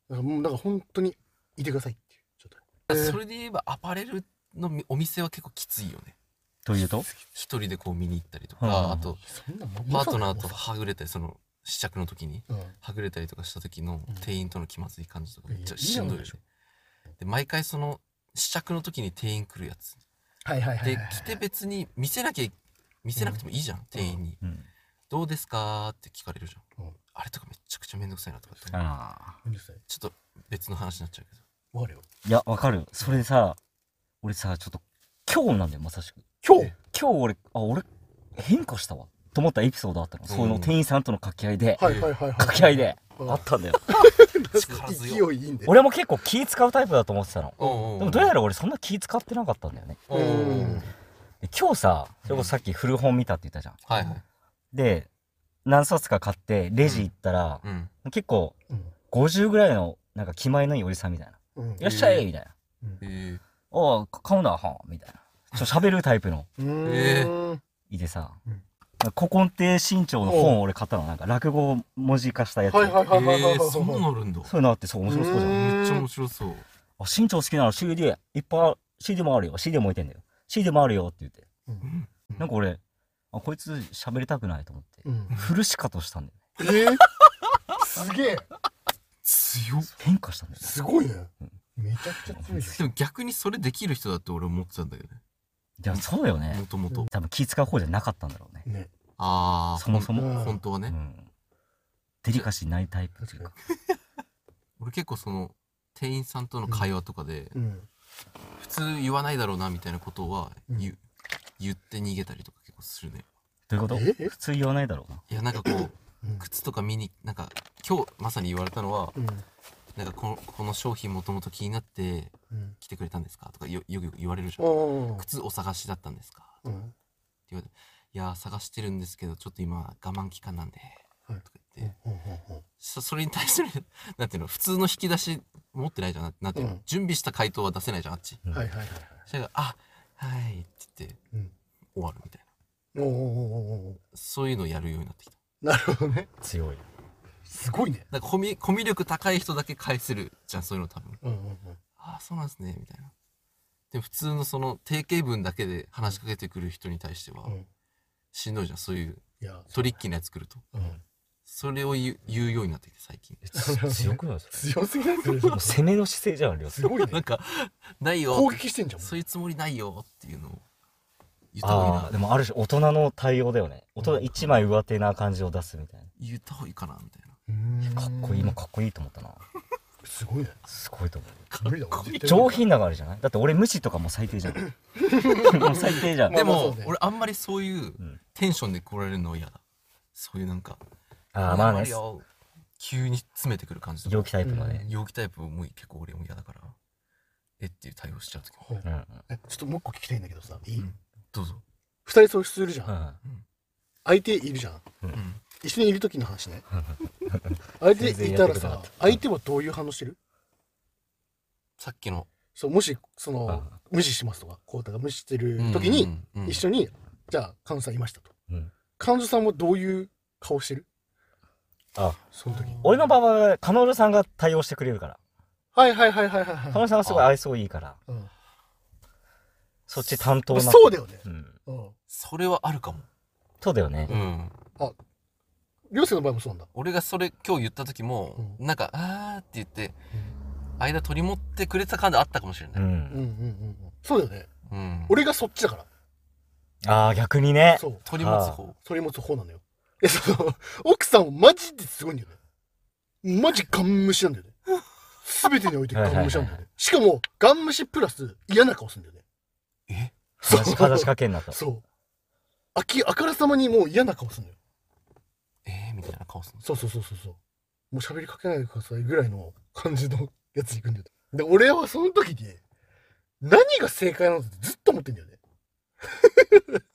Speaker 2: だからもうなんか本当にいてくださいっていう。ちょっと。
Speaker 3: あ
Speaker 2: えー
Speaker 3: それで言えばアパレルのみお店は結構きついよね。
Speaker 1: ーというと
Speaker 3: 一人でこう見に行ったりと
Speaker 1: うんうんうん
Speaker 3: か、あと
Speaker 2: そんなもん
Speaker 3: パートナーとはぐれたり、その試着の時に
Speaker 2: うん。
Speaker 3: はぐれたりとかした時の
Speaker 2: うん
Speaker 3: 店員との気まずい感じとかめっちゃ
Speaker 2: いや
Speaker 3: しんど
Speaker 2: い
Speaker 3: いよ
Speaker 2: い
Speaker 3: ね
Speaker 2: じゃ。
Speaker 3: で、毎回その試着の時に店員来るやつ。
Speaker 2: はいはいはいはい
Speaker 3: で
Speaker 2: はい。、
Speaker 3: 来て別に見せなきゃ、見せなくてもいいじゃん、店員に。
Speaker 1: うん
Speaker 3: どうですかって聞かれるじゃ
Speaker 2: うん
Speaker 3: ん。あれとかめちゃくちゃめんどくさいなとかって。
Speaker 1: ああ
Speaker 2: めんどくさい。
Speaker 3: ちょっと別の話になっちゃうけど。
Speaker 2: わかるよ。
Speaker 1: いや、わかる。それでさ、俺さ、ちょっと、今日なんだよ、まさしく。
Speaker 2: 今日
Speaker 1: 今日俺、あ、俺、変化したわ。と思ったエピソードあったの。
Speaker 3: ん
Speaker 1: その店員さんとの掛け合いで、
Speaker 2: はいはいはいはい。
Speaker 1: 掛け合いで、
Speaker 2: うん
Speaker 1: あったんだよ。
Speaker 3: 力強
Speaker 2: 勢いいいんで。
Speaker 1: 俺も結構気使うタイプだと思ってたの。
Speaker 3: お
Speaker 1: でもどうやら俺そんな気使ってなかったんだよね。
Speaker 3: お
Speaker 2: うん。
Speaker 1: で今日さ、それこそさっき古本見たって言ったじゃん。
Speaker 3: はいはい。
Speaker 1: で、何冊か買って、レジ行ったら、
Speaker 3: うん。
Speaker 1: 結構
Speaker 2: うん
Speaker 1: 50ぐらいの、なんか気前のいいおじさんみたいな。
Speaker 2: うん
Speaker 1: いらっしゃいみたいな。
Speaker 3: え ー
Speaker 1: おう、買うな、はんみたいな。ちょっと喋るタイプの。
Speaker 2: うーん
Speaker 3: え
Speaker 1: いてさ、
Speaker 2: うん
Speaker 1: なんか古今亭新潮の本を俺買ったのなんか落語を文字化したやつ、
Speaker 2: はいはいはいはいはい
Speaker 3: え
Speaker 2: は
Speaker 3: ー、そう
Speaker 2: いは
Speaker 3: なるんだ。
Speaker 1: そういうのあってそう面白そうじゃん
Speaker 2: うん
Speaker 3: めっちゃ面白そう。
Speaker 1: あ新潮好きなら CD いっぱい CD もあるよ CD も置いてんだよ CD もあるよって言って
Speaker 3: うん
Speaker 1: なんか俺あこいつ喋りたくないと思って、
Speaker 2: い。うん
Speaker 1: フルシカとしたんだよね
Speaker 2: えーすげえ。
Speaker 3: 強っ。
Speaker 1: 変化したんだよね
Speaker 2: すごいね。めちゃくちゃ強いじ
Speaker 3: でも逆にそれできる人だって俺思ってたんだけど
Speaker 1: いやそうだよ
Speaker 3: ね。
Speaker 1: ね
Speaker 3: もとも
Speaker 2: う
Speaker 3: と
Speaker 2: ん。
Speaker 1: 多分気使う方じゃなかったんだろうね
Speaker 2: ゃん。ね。
Speaker 3: ああ。
Speaker 1: そもそも
Speaker 3: ほん
Speaker 2: うん
Speaker 3: 本当は
Speaker 1: う
Speaker 3: ね。
Speaker 1: んデリカシーないタイプってい
Speaker 2: 確
Speaker 1: う
Speaker 2: か
Speaker 1: か
Speaker 3: 俺結構その、店員さんとの会話とかで、
Speaker 2: に。うん。
Speaker 3: 普通言わないだろうなみたいなことは
Speaker 2: うん
Speaker 3: 言う、言って逃げたりとか結構するね。
Speaker 1: どういうこと
Speaker 2: え
Speaker 1: 普通言わないだろうない
Speaker 3: や、なんかこう、
Speaker 2: うん
Speaker 3: 靴とか見に、なんか今日まさに言われたのは、
Speaker 2: うん
Speaker 3: なんかこのこの商品もともと気になって
Speaker 2: うん。
Speaker 3: 来てくれたんですかとかよよく言われるじゃん。
Speaker 2: おー
Speaker 3: 靴お探しだったんですか
Speaker 2: うん。
Speaker 3: いやー探してるんですけどちょっと今我慢期間なんで、
Speaker 2: はい
Speaker 3: とか
Speaker 2: うんう
Speaker 3: 言って、
Speaker 2: んうん
Speaker 3: そそれに対する なんていうの普通の引き出し持ってないじゃんなんていうの、
Speaker 2: うん
Speaker 3: 準備した回答は出せないじゃんあっち
Speaker 1: う
Speaker 2: うんんはいはいはいはい。
Speaker 3: それが「あはい」って言って
Speaker 2: うん。
Speaker 3: 終わるみたいな
Speaker 2: おーおーおーおーおー
Speaker 3: そういうのをやるようになってきた
Speaker 2: なるほどね。
Speaker 1: 強い
Speaker 2: すごいね。
Speaker 3: なんかコミコミュ力高い人だけ返せるじゃんそういうの多分
Speaker 2: うんうんうん。
Speaker 3: ああそうなんですねみたいなでも普通のその定型文だけで話しかけてくる人に対しては、
Speaker 2: うん
Speaker 3: しんどいじゃんそういう
Speaker 2: いや、
Speaker 3: トリッキーなやつ来ると
Speaker 2: うん
Speaker 3: それを言う言うようになってきて最近
Speaker 1: 強くないですか
Speaker 2: 強すぎないそれ
Speaker 1: もう攻めの姿勢じゃん、りょう
Speaker 2: すごい
Speaker 3: な
Speaker 2: ね
Speaker 3: ん。か ないよ
Speaker 2: 攻撃してんじゃん。
Speaker 3: そういうつもりないよっていうのを言った方がいい
Speaker 1: ああ
Speaker 3: な
Speaker 1: ー、でもある種大人の対応だよね。大
Speaker 2: う
Speaker 1: 人
Speaker 2: ん
Speaker 1: 一枚上手な感じを出すみたい
Speaker 3: 言った方がいいかなみたいな
Speaker 1: な。かっこいい、今かっこいいと思ったな。
Speaker 2: すごいね。
Speaker 1: すごいと思う。
Speaker 2: 無理だわ。絶対無理
Speaker 1: 上品ながらじゃないだって俺無視とかもう最低じゃん。 もう最低じゃん。
Speaker 2: まあ
Speaker 3: で
Speaker 1: あ
Speaker 2: まあ
Speaker 3: も、
Speaker 2: そうね
Speaker 3: 俺あんまりそういう
Speaker 1: うん
Speaker 3: テンションで来られるのは嫌だそういうなんか
Speaker 1: あー、まあ
Speaker 3: 頑張
Speaker 1: ね
Speaker 3: る。よ急に詰めてくる感じ
Speaker 1: 陽
Speaker 3: と
Speaker 1: 気
Speaker 3: か
Speaker 1: タイプのね。
Speaker 3: 陽気タイプも結構俺も嫌だからえっていう対応しちゃう時も
Speaker 2: ほう
Speaker 1: うん。うん。
Speaker 2: えちょっともう一個聞きたいんだけどさ、いい
Speaker 3: うんどうぞ
Speaker 2: 二人喪失するじゃ。
Speaker 1: うんん
Speaker 2: 相手いるじゃん。
Speaker 3: うん
Speaker 2: 一緒にいる時の話ね。相手
Speaker 1: 全
Speaker 2: いたら
Speaker 1: 然やっ
Speaker 2: さ
Speaker 1: てくれなかっ、た
Speaker 2: 相手はどういう反応してる
Speaker 3: さっきの
Speaker 2: そう、もし、その、無視してますとか、コウタが無視してる時に、一緒
Speaker 3: 緒
Speaker 2: に、じゃあ、カンさんいましたと。
Speaker 1: うん
Speaker 2: カンさんもどういう顔してる
Speaker 1: あ、
Speaker 2: その時。
Speaker 1: 俺の場合は、カノルさんが対応してくれるから。
Speaker 2: はいはいはいはいはい
Speaker 1: カノ
Speaker 2: は
Speaker 1: ル
Speaker 2: い。
Speaker 1: さんはすごい愛想いいから、
Speaker 2: うんま
Speaker 1: そっち担当
Speaker 2: あ
Speaker 1: な。
Speaker 2: そうだよね。
Speaker 1: うん。
Speaker 2: うん。
Speaker 3: それはあるかも
Speaker 1: そうだよね
Speaker 3: う。ん
Speaker 2: りょうすけの場合もそうなんだ。
Speaker 3: 俺がそれ今日言った時も、なんか「あー」って言って間取り持ってくれた感であったかもしれな
Speaker 1: う
Speaker 3: い、
Speaker 2: うんうん
Speaker 1: ん。
Speaker 2: うんうん。そうだよね。
Speaker 3: うん、
Speaker 2: 俺がそっちだか
Speaker 1: ああ、逆にね
Speaker 2: ら。。そう。
Speaker 3: 取り持つ方
Speaker 2: それもそうなのよ。え、その、奥さんマジですごいんだよね。マジガン無視なんだよね。すべてにおいてガン無視なんだよね。しかも、ガン無視プラス嫌な顔するんだよね。
Speaker 3: え
Speaker 2: そう
Speaker 1: 話し話しかけんなと。
Speaker 2: そう。あき、あからさまにもう嫌な顔するんだよ。
Speaker 3: えー、みたいな顔するの
Speaker 2: そうそうそうそうそう。もう喋りかけないでくださいぐらいの感じのやつ行くんだよ。で、俺はその時に、何が正解なのってずっと思ってんだよね。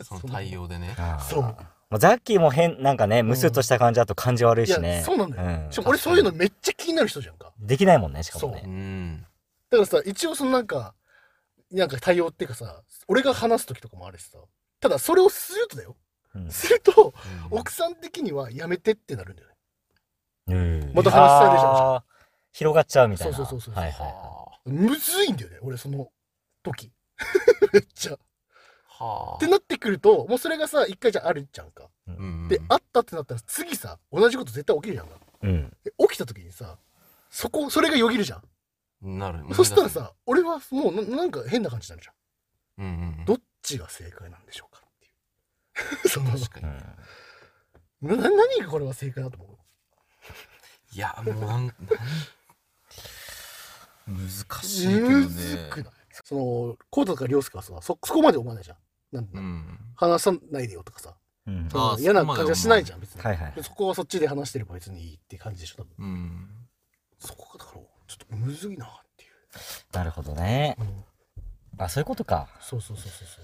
Speaker 3: その対応でね
Speaker 1: あー
Speaker 2: そう。
Speaker 1: まあ、ザッキーも変、なんかね、ムスっとした感じだと感じ悪い
Speaker 2: い
Speaker 1: しね
Speaker 2: や、。そうなんだよ。
Speaker 1: うん
Speaker 2: しかも俺そういうのめっちゃ気になる人じゃんか。
Speaker 1: できないもんね、しかもね
Speaker 2: そ。
Speaker 3: うん
Speaker 2: だからさ一応そのなんかなんか対応っていうかさ、俺が話す時とかもあるしさ。ただ、それをするとだよ。
Speaker 1: うん
Speaker 2: すると、
Speaker 3: うん
Speaker 2: 奥さん的にはやめてってなるんだよね。
Speaker 1: うん
Speaker 2: また話したいでしょ
Speaker 1: あー広がっちゃうみたいな。
Speaker 2: そうそうそうそう
Speaker 1: はいはいは
Speaker 3: は
Speaker 2: むずいんだよね、俺その時。 めっちゃ。っ
Speaker 3: あはあ
Speaker 2: てなってくると、もうそれがさ、一回じゃあるじゃんか。
Speaker 3: うん
Speaker 2: で、あったってなったら次さ、同じこと絶対起きるじゃんか。
Speaker 1: い。うん。
Speaker 2: で起きた時にさ、そこ、それがよぎるじゃん。
Speaker 3: なる
Speaker 2: そしたら、さ、俺はもうななんか変な感じになるじゃ。
Speaker 3: うんうんうんん、
Speaker 2: どっちが正解なんでしょうかっていう。 その、
Speaker 3: 確か
Speaker 1: う
Speaker 3: に、
Speaker 1: ん
Speaker 2: な な何がこれは正解だと思う
Speaker 3: いやもうなんなん
Speaker 4: 難しいけどね
Speaker 2: むずくないその、コウタとか涼介はさ、そ、そこまで思わないじゃん。なんだ、
Speaker 3: うん
Speaker 2: 話さないでよとかさ、
Speaker 1: うん。
Speaker 2: そ
Speaker 3: あ
Speaker 2: の
Speaker 3: ー
Speaker 2: 嫌な感じはしないじゃん、別に。
Speaker 1: はいはい
Speaker 2: で。そこはそっちで話してれば別にいいって感じでしょ、多分。
Speaker 3: うん
Speaker 2: そこがだから、ちょっとむずいなっていう。
Speaker 1: なるほどね。
Speaker 2: うん、
Speaker 1: あ、そういうことか。
Speaker 2: そうそうそうそうそ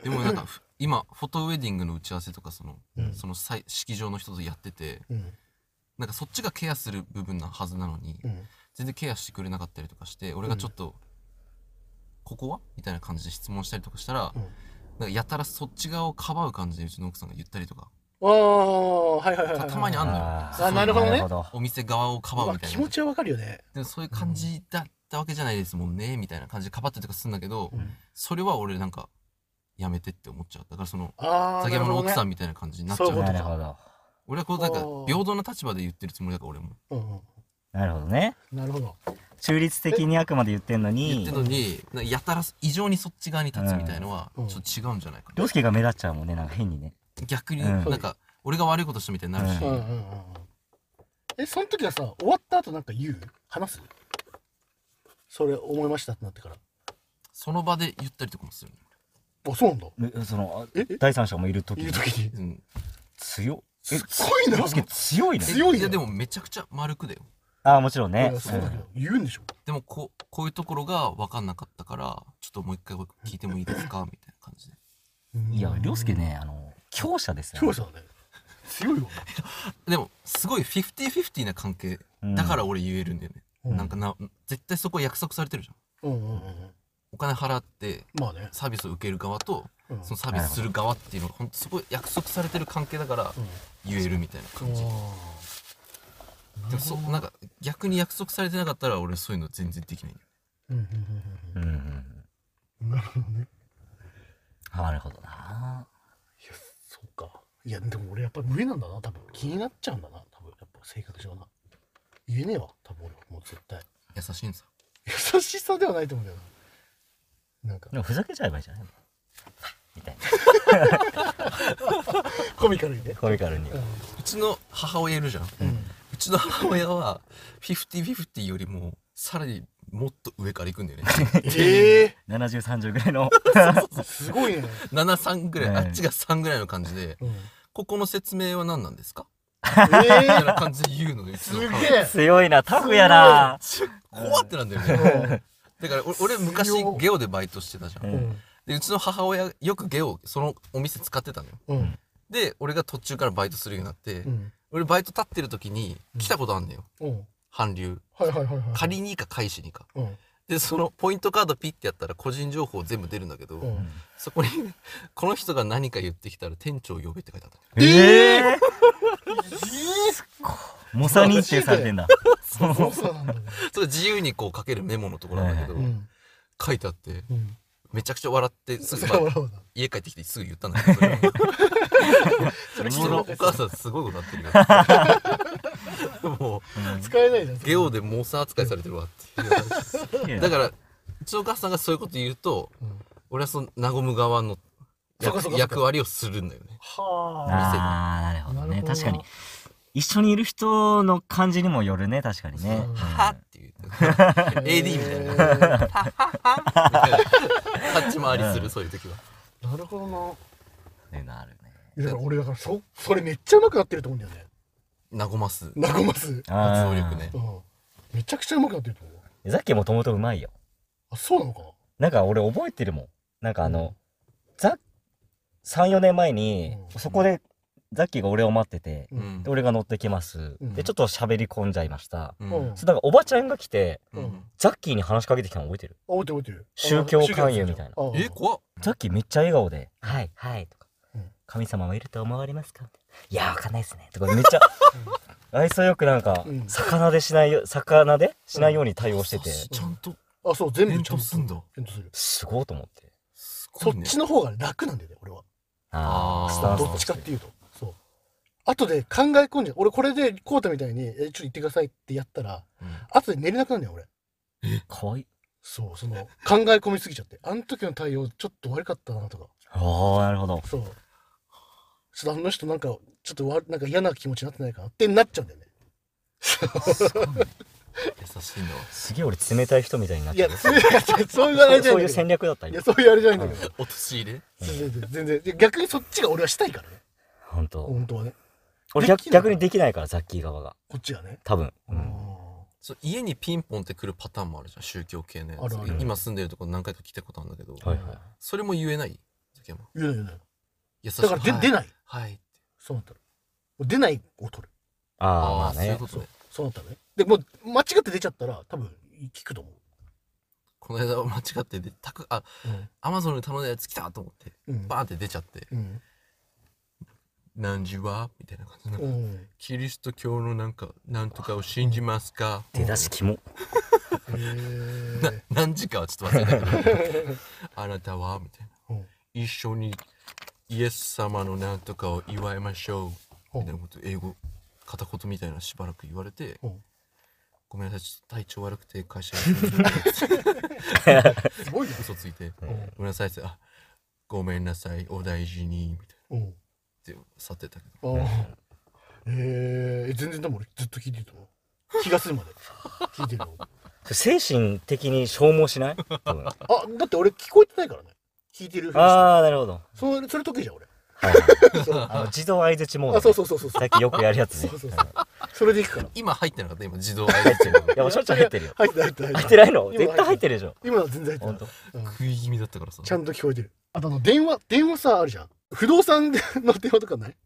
Speaker 2: う。
Speaker 3: でもなんかふ今フォトウェディングの打ち合わせとかその、
Speaker 2: うん
Speaker 3: その際式場の人とやってて
Speaker 2: うん、
Speaker 3: なんかそっちがケアする部分なはずなのに、
Speaker 2: うん、
Speaker 3: 全然ケアしてくれなかったりとかして俺がちょっと、ここはみたいな感じで質問したりとかしたら、
Speaker 2: うん
Speaker 3: なんかやたらそっち側をかばう感じでうちの奥さんが言ったりとか
Speaker 2: ああ、はいはいはい、は
Speaker 3: た
Speaker 2: い。
Speaker 3: たまにあんのよ
Speaker 1: あー
Speaker 3: そういうの
Speaker 2: なるほどね
Speaker 1: ど
Speaker 3: お店側をかばう
Speaker 2: まあ
Speaker 3: みたいな
Speaker 2: 気持ちはわかるよね。
Speaker 3: でもそういう感じだったわけじゃないですもんね、みたいな感じでかばったりとかするんだけど、
Speaker 2: うん
Speaker 3: それは俺なんかやめてって思っちゃうだからその
Speaker 2: ああ、
Speaker 3: 先ほどの奥さ
Speaker 2: ん。
Speaker 3: んみたいな感じになっちゃう
Speaker 2: そういうこ
Speaker 1: なる
Speaker 2: とか
Speaker 1: ほど。
Speaker 3: 俺はこうなんか
Speaker 2: あー
Speaker 3: 平等な立場で言ってるつもりだから俺も
Speaker 2: うん、うん
Speaker 1: なるほどね。
Speaker 2: なるほど。
Speaker 1: 中立的にあくまで言ってんの
Speaker 3: 言っ
Speaker 1: に
Speaker 3: てる、のになんかやたら異常にそっち側に立つみたいのはち
Speaker 2: う
Speaker 3: ょ
Speaker 2: ん
Speaker 3: っと違うんじゃないかな
Speaker 1: 涼介が目立っちゃうもんね、なんか変にね。
Speaker 3: 逆に
Speaker 1: う
Speaker 3: なんんか俺が悪いことしたみたいになるし
Speaker 2: うん、うん、うん、うん。え、その時はさ、終わった後なんか言う話すそれ思いましたってなってから。
Speaker 3: その場で言ったりとかもする
Speaker 2: あ、そうなんだ。
Speaker 1: えその、
Speaker 2: ええ
Speaker 1: 第三者もいるとき
Speaker 2: いる時に。
Speaker 3: の、うん
Speaker 1: 強っ。
Speaker 2: すっごいな。
Speaker 1: 涼介強いね。
Speaker 2: 強いね
Speaker 3: やでもめちゃくちゃ丸くだよ
Speaker 1: ああ、もちろん
Speaker 2: い
Speaker 1: ね。
Speaker 2: やそうだけど、言うんでしょ。
Speaker 3: でもこうこういうところが分かんなかったからちょっともう一回聞いてもいいですかみたいな感じで
Speaker 1: うんいや、涼介
Speaker 2: ね。
Speaker 1: ね、あの、強者ですよね。
Speaker 2: 強さだね。強いわ。
Speaker 3: でもすごい50-50な関係だから俺言えるんだよね、
Speaker 2: うん
Speaker 3: なんかな絶対そこ約束されてるじゃん
Speaker 2: うん、うん、うんうん。
Speaker 3: お金払って
Speaker 2: まあね。
Speaker 3: サービスを受ける側と
Speaker 2: うん
Speaker 3: そのサービスする側っていうのがほんとそこ約束されてる関係だから
Speaker 2: うん
Speaker 3: 言えるみたいな感じ、
Speaker 2: あ
Speaker 3: でもそなんか逆に約束されてなかったら俺そういうの全然できないんだよ
Speaker 2: ーう
Speaker 1: うん
Speaker 2: んうん
Speaker 1: うんうん。
Speaker 2: うんうんなるほどね。
Speaker 1: なるほどな。
Speaker 2: いや、そうか。いや、でも俺やっぱ上なんだな、多分。気になっちゃうんだな、多分。やっぱ性格上な。言えねえわ、多分俺もう絶対。
Speaker 3: 優しいんさ
Speaker 2: 優しさではないと思うんだよな。なんか、
Speaker 1: でもふざけちゃえばいいじゃないみたい
Speaker 2: コミカルにね
Speaker 1: な。。コミカルに。
Speaker 2: う。
Speaker 3: うちの母親いるじゃん、うんちの母親は50-50よりもさらにもっと上から行くん だよね
Speaker 2: ええ
Speaker 1: 70、30ぐらいの。
Speaker 2: ー、すごいね。
Speaker 3: 73ぐらい、
Speaker 1: ね
Speaker 3: あっちが3ぐらいの感じで
Speaker 2: うん、え
Speaker 3: ここの説明は何なんですか
Speaker 2: え
Speaker 3: みたい
Speaker 2: ー、
Speaker 3: な感じで言うのね。うち
Speaker 2: す
Speaker 3: の
Speaker 2: げ
Speaker 3: 母
Speaker 2: え。
Speaker 1: 強いな、タフやな。
Speaker 3: 怖ってなんだよね。だからお俺昔ゲオでバイトしてたじゃ。
Speaker 1: うん
Speaker 2: うんん、
Speaker 3: でうちの母親よくゲオそのお店使ってたのよ。
Speaker 2: うん、
Speaker 3: で俺が途中からバイトするようになって、
Speaker 2: うん、
Speaker 3: 俺バイト立ってる時に来たことあんだよ。
Speaker 2: うん。
Speaker 3: 韓流。
Speaker 2: はいはいはいはい。
Speaker 3: 借りにか返しにか。
Speaker 2: うん、
Speaker 3: でそのポイントカードピッてやったら個人情報全部出るんだけど、
Speaker 2: うん。
Speaker 3: そこに この人が何か言ってきたら店長呼べって書いてあった。
Speaker 1: ええ猛者認定されてんだ。
Speaker 2: そうそうなんだね。
Speaker 3: それ自由にこう書けるメモのところなんだけど、
Speaker 2: うん、
Speaker 3: 書いてあって
Speaker 2: うん。
Speaker 3: めちゃくちゃ笑ってすぐ
Speaker 2: そ
Speaker 3: まあ
Speaker 2: うなんだ。
Speaker 3: 家帰ってきてすぐ言ったんだけどそれを
Speaker 2: それ
Speaker 3: うち
Speaker 2: 聞い
Speaker 3: のお
Speaker 2: て
Speaker 3: 母さんすごいことになってるよも
Speaker 2: 使えないじゃん。
Speaker 3: うゲオで猛者扱いされてるわっていうだからうちのお母さんがそういうこと言うと
Speaker 2: うん
Speaker 3: 俺はその和む側の
Speaker 2: そっかそっかそっか
Speaker 3: 役割をするんだよね
Speaker 2: はあ。
Speaker 1: ああ、なるほど
Speaker 2: なる
Speaker 1: ね。
Speaker 2: ほどな
Speaker 1: 確かに。一緒にいる人の感じにもよるね、確かにね。
Speaker 2: そう
Speaker 1: うん
Speaker 3: はっっていう AD みた いなはっ
Speaker 2: な。
Speaker 3: はっはっみたいな立ち回りするそういう時は
Speaker 2: なるほどな。
Speaker 1: そういうのあるね。
Speaker 2: いやだから俺だからそそれめっちゃうまくなってると思うんだよね
Speaker 3: 和ます
Speaker 2: 和ますうん
Speaker 3: 発動力ね
Speaker 2: めちゃくちゃうまくなってると思う
Speaker 1: うん。ザッキーもともとうまいよ。
Speaker 2: あそうなのか
Speaker 1: なんか俺覚えてるもん。なんかあの、ザッ、3、4年前に、
Speaker 2: うん
Speaker 1: そこでザッキーが俺を待ってて、
Speaker 2: うん
Speaker 1: で俺が乗ってきます。
Speaker 2: うん
Speaker 1: で、ちょっと喋り込んじゃいました。
Speaker 2: う
Speaker 3: う
Speaker 2: ん
Speaker 3: ん
Speaker 1: そしたらおばちゃんが来て、
Speaker 3: うん
Speaker 1: ザッキーに話しかけてきたの覚えてる
Speaker 2: 覚えてる覚えてる。
Speaker 1: 宗教勧誘みたいな
Speaker 2: あの。
Speaker 3: え怖っ
Speaker 1: ザッキーめっちゃ笑顔で、はい、はい、とか、
Speaker 2: うん
Speaker 1: 神様はいると思われますかいや、わかんないですね。とか、めっちゃ、 愛想よくなんか、
Speaker 2: うん
Speaker 1: 魚でしないよ、魚でしないように対応してて、
Speaker 3: ちゃんと
Speaker 2: あ、そう、全部
Speaker 3: 返
Speaker 2: ちゃん
Speaker 3: 答
Speaker 2: と
Speaker 3: すんだ
Speaker 2: 検討する。
Speaker 1: すごいと思って。
Speaker 3: す
Speaker 2: そ
Speaker 3: ごい
Speaker 2: っ
Speaker 3: ね
Speaker 2: ちの方が楽なんだよね、俺は。
Speaker 3: あー
Speaker 1: スタンス
Speaker 2: どっちかっていうと。そう。後で考え込んじゃう。俺これでコウタみたいに、え、ちょっと行ってくださいってやったら、
Speaker 3: うん
Speaker 2: 後で寝れなくなるんだよ、俺。
Speaker 1: かわいい。
Speaker 2: そう、その、考え込みすぎちゃって。あの時の対応、ちょっと悪かったな、とか。
Speaker 1: ああ、なるほど。
Speaker 2: そう。ちょっとあの人なんか、ちょっとわ、なんか嫌な気持ちになってないかなってなっちゃうんだよね。
Speaker 3: すごいね優しいんだわ
Speaker 1: すげえ俺冷たい人みたいになっ
Speaker 2: い
Speaker 1: て
Speaker 2: や、
Speaker 1: る。
Speaker 2: そういう、そういうあれじゃ
Speaker 1: そ
Speaker 2: な
Speaker 1: うい
Speaker 2: いん
Speaker 1: う
Speaker 2: だけ
Speaker 1: 戦
Speaker 2: ど。
Speaker 1: 略だった
Speaker 2: いや、
Speaker 1: 今。
Speaker 2: そういうあれじゃないんだけど。
Speaker 3: 落とし入れ
Speaker 2: 全然、全然全然。逆にそっちが俺はしたいからね。
Speaker 1: 本当。
Speaker 2: 本当はね。
Speaker 1: 俺
Speaker 2: で
Speaker 1: 逆
Speaker 2: きない
Speaker 1: 逆にできないから、ザッキー側が。
Speaker 2: こっちがね。
Speaker 1: 多分。うん
Speaker 3: そう家にピンポンってくるパターンもあるじゃん宗教系のやつ
Speaker 2: あるある
Speaker 3: 今住んでるとこ何回か来たことあるんだけど、
Speaker 1: はいはい。
Speaker 3: それも言えない竹山
Speaker 2: 言うな言うな。
Speaker 3: 優しい
Speaker 2: だから、で、
Speaker 3: はい、
Speaker 2: 出ない。
Speaker 3: はいって
Speaker 2: そうなったら。出ないを取る。
Speaker 1: ああ、まあ
Speaker 3: ああーそういう
Speaker 1: ね
Speaker 3: こ。とね
Speaker 2: そうなったらね。で、もう、間違って出ちゃったら、多分、聞くと思う。
Speaker 3: この間間違ってでたくあアマゾンに頼んだやつ来たと思って
Speaker 2: うん。
Speaker 3: バーンって出ちゃって
Speaker 2: うん。
Speaker 3: 何時はみたいな感じの、
Speaker 2: うん。
Speaker 3: キリスト教のなんかなんとかを信じますか
Speaker 1: 出だしキモ。
Speaker 2: へー
Speaker 3: な何時かはちょっと忘れたけど あなたはみたいな、
Speaker 2: うん
Speaker 3: 一緒にイエス様のなんとかを祝いましょう
Speaker 2: うん
Speaker 3: みたいなこと英語片言みたいなのしばらく言われて、
Speaker 2: うん
Speaker 3: ごめんなさいちょっと体調悪くて会社に行けない
Speaker 2: すごいよ。
Speaker 3: 嘘ついて、
Speaker 1: うん
Speaker 3: ごめんなさいってあごめんなさいお大事にみた
Speaker 2: うん。
Speaker 3: いなって去ってたけ
Speaker 2: あ
Speaker 3: ど
Speaker 2: ーえー、全然でも俺ずっと聞いてると思う。気がするまで。聞いてるの。
Speaker 1: 精神的に消耗しない多分
Speaker 2: あ、だって俺聞こえてないからね。聞いてるふりして。
Speaker 1: ああ、なるほど。
Speaker 2: それ、それ得意じゃん、俺。
Speaker 1: はいはい。
Speaker 2: そう
Speaker 1: あの、自動相槌モードね。
Speaker 2: あ、そうそうそうそう。そ
Speaker 1: さ
Speaker 2: う
Speaker 1: っきよくやるやつね。
Speaker 2: そうそう。それでいくから。
Speaker 3: 今入ってなかった今自動入って
Speaker 1: いや、おしょっちゅう入ってるよ。
Speaker 2: 入ってない入ってない。
Speaker 1: 入ってないの
Speaker 2: 今
Speaker 1: 絶対入ってるでしょ。
Speaker 2: 今のは全然入
Speaker 1: ほ
Speaker 2: っ
Speaker 1: ん
Speaker 2: てない
Speaker 1: と。
Speaker 2: うん
Speaker 3: 食い気味だったからさ
Speaker 2: ちゃんと聞こえてる。あとあの、電話、電話さ、あるじゃん。不動産での電話とかない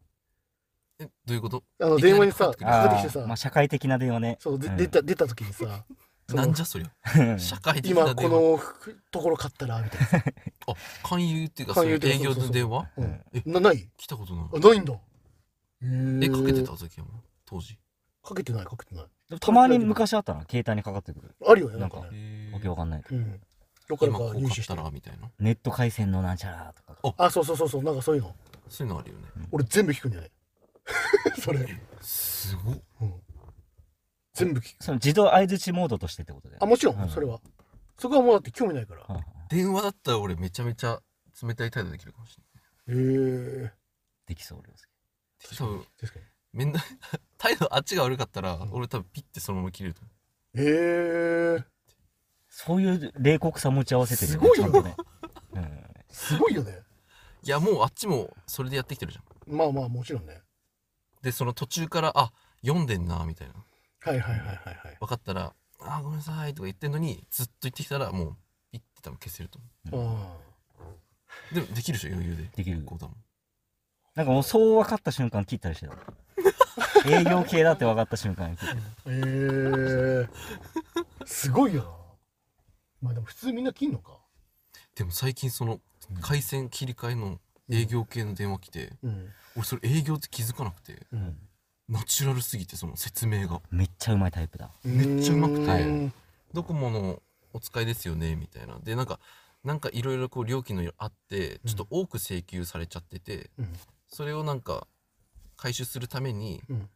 Speaker 3: えどういうこと
Speaker 2: あの、電話にさ、
Speaker 3: いき
Speaker 2: か
Speaker 3: な
Speaker 2: か
Speaker 3: り
Speaker 2: っ
Speaker 3: かか
Speaker 2: てきて
Speaker 1: あー
Speaker 2: さ
Speaker 1: まあ、、社会的な電話ね。
Speaker 2: そう、で
Speaker 1: うん
Speaker 2: 出た、出た時にさ、その
Speaker 3: なんじゃそりゃ社会的な
Speaker 2: 今こ
Speaker 3: 電話
Speaker 2: のふところ買ったら、みたいな。
Speaker 3: あ勧誘っていうかそ
Speaker 2: 勧
Speaker 3: うい
Speaker 2: 誘
Speaker 3: う
Speaker 2: って
Speaker 3: 営
Speaker 2: いうか
Speaker 3: 業
Speaker 2: そうそう
Speaker 3: の
Speaker 2: そう
Speaker 3: 電話
Speaker 2: うん
Speaker 3: え
Speaker 2: な、ない
Speaker 3: 来たことない
Speaker 2: あ、ないんだ。
Speaker 3: え
Speaker 2: え
Speaker 3: かけてた時はもう当時
Speaker 2: かけてない、かけてない。
Speaker 1: たまに昔あったな、携帯にかかってくる。
Speaker 2: あるよね、
Speaker 1: な
Speaker 2: なんん
Speaker 1: か
Speaker 2: かね。
Speaker 1: わけわかんない。
Speaker 2: うん。どっか
Speaker 3: 今
Speaker 2: ら
Speaker 3: こ
Speaker 2: か
Speaker 3: う買
Speaker 2: 入手
Speaker 3: っ
Speaker 2: した
Speaker 3: た
Speaker 2: ら
Speaker 3: ら。みたいな
Speaker 1: ネット回線のなんちゃらとか。
Speaker 2: あ、そうそうそうそう、なんかそういうの。
Speaker 3: そういうのあるよね
Speaker 2: 俺全部聞くんだよね。 それ。
Speaker 3: すごっ
Speaker 2: うん全部聞く。
Speaker 1: その自動相槌モードとしてってことだよ
Speaker 2: あ、
Speaker 1: ね。
Speaker 2: もちろ
Speaker 1: うん
Speaker 2: ん、それは。そこはもうだって興味ないから。
Speaker 1: はいはい
Speaker 3: 電話だったら俺めちゃめちゃ冷たい態度できるかもしれ
Speaker 2: へえ。
Speaker 1: できそうです。
Speaker 3: ない多分
Speaker 2: 確かに。
Speaker 3: めんどい 態度あっちが悪かったら俺多分ピッてそのまま切れると思
Speaker 2: へえ。
Speaker 1: そういう冷酷さ持ち合わせてる
Speaker 2: すごいよ
Speaker 1: ね、ちゃんとね。うん。
Speaker 2: すごいよね。
Speaker 3: ういやもうあっちもそれでやってきてるじゃん
Speaker 2: まあまあ、もちろんね。
Speaker 3: でその途中からあ読んでんなみたいな
Speaker 2: はいはいはいはいはい。
Speaker 3: 分かったらあごめんなさいとか言ってんのにずっと言ってきたらもうピッて多分消せると思
Speaker 2: あ
Speaker 3: うでもできるでしょ余裕で
Speaker 1: できる
Speaker 3: こうだもん
Speaker 1: なんかもうそう分かった瞬間切ったりして た。営業系だって分かった瞬間に切る。
Speaker 2: あ。へえ。すごいよな。まあでも普通みんな切んのか。
Speaker 3: でも最近その回線切り替えの営業系の電話来て、
Speaker 2: うん。
Speaker 3: 俺それ営業って気づかなくて
Speaker 2: うん。
Speaker 3: ナチュラルすぎてその説明が
Speaker 1: めっちゃうまいタイプだ。
Speaker 2: め
Speaker 3: っちゃうまくて
Speaker 2: はい。
Speaker 3: 「ドコモのお使いですよね」みたいなでなんかなんかいろいろこう料金の色あってちょっと多く請求されちゃってて、
Speaker 2: うん
Speaker 3: それをなんか回収するために、
Speaker 2: うん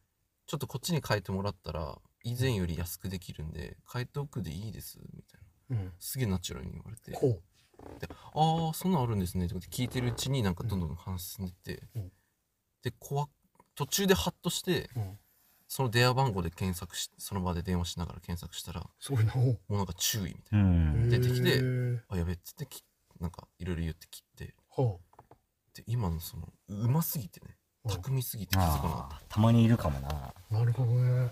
Speaker 3: ちょっとこっちに変えてもらったら以前より安くできるんで変えておくでいいですみたいな
Speaker 2: うん。
Speaker 3: すげえナチュラルに言われて
Speaker 2: こう。
Speaker 3: ああそんなんあるんですねってことで聞いてるうちになんかどんどん話進んでって、
Speaker 2: うん
Speaker 3: で怖っ途中でハッとして
Speaker 2: うん。
Speaker 3: その電話番号で検索しその場で電話しながら検索したらも
Speaker 2: すごいな。おう
Speaker 3: うなんか注意みたいな
Speaker 1: うん。
Speaker 3: 出てきて
Speaker 2: へー
Speaker 3: 「あやべ」っつってきなんかいろいろ言って切って
Speaker 2: は
Speaker 3: で今のそのうますぎてね
Speaker 2: うん
Speaker 3: 巧みすぎて気づかな
Speaker 1: あ
Speaker 3: か
Speaker 1: あ、たまにいるかもな。
Speaker 2: あ、なるほどね。
Speaker 3: っ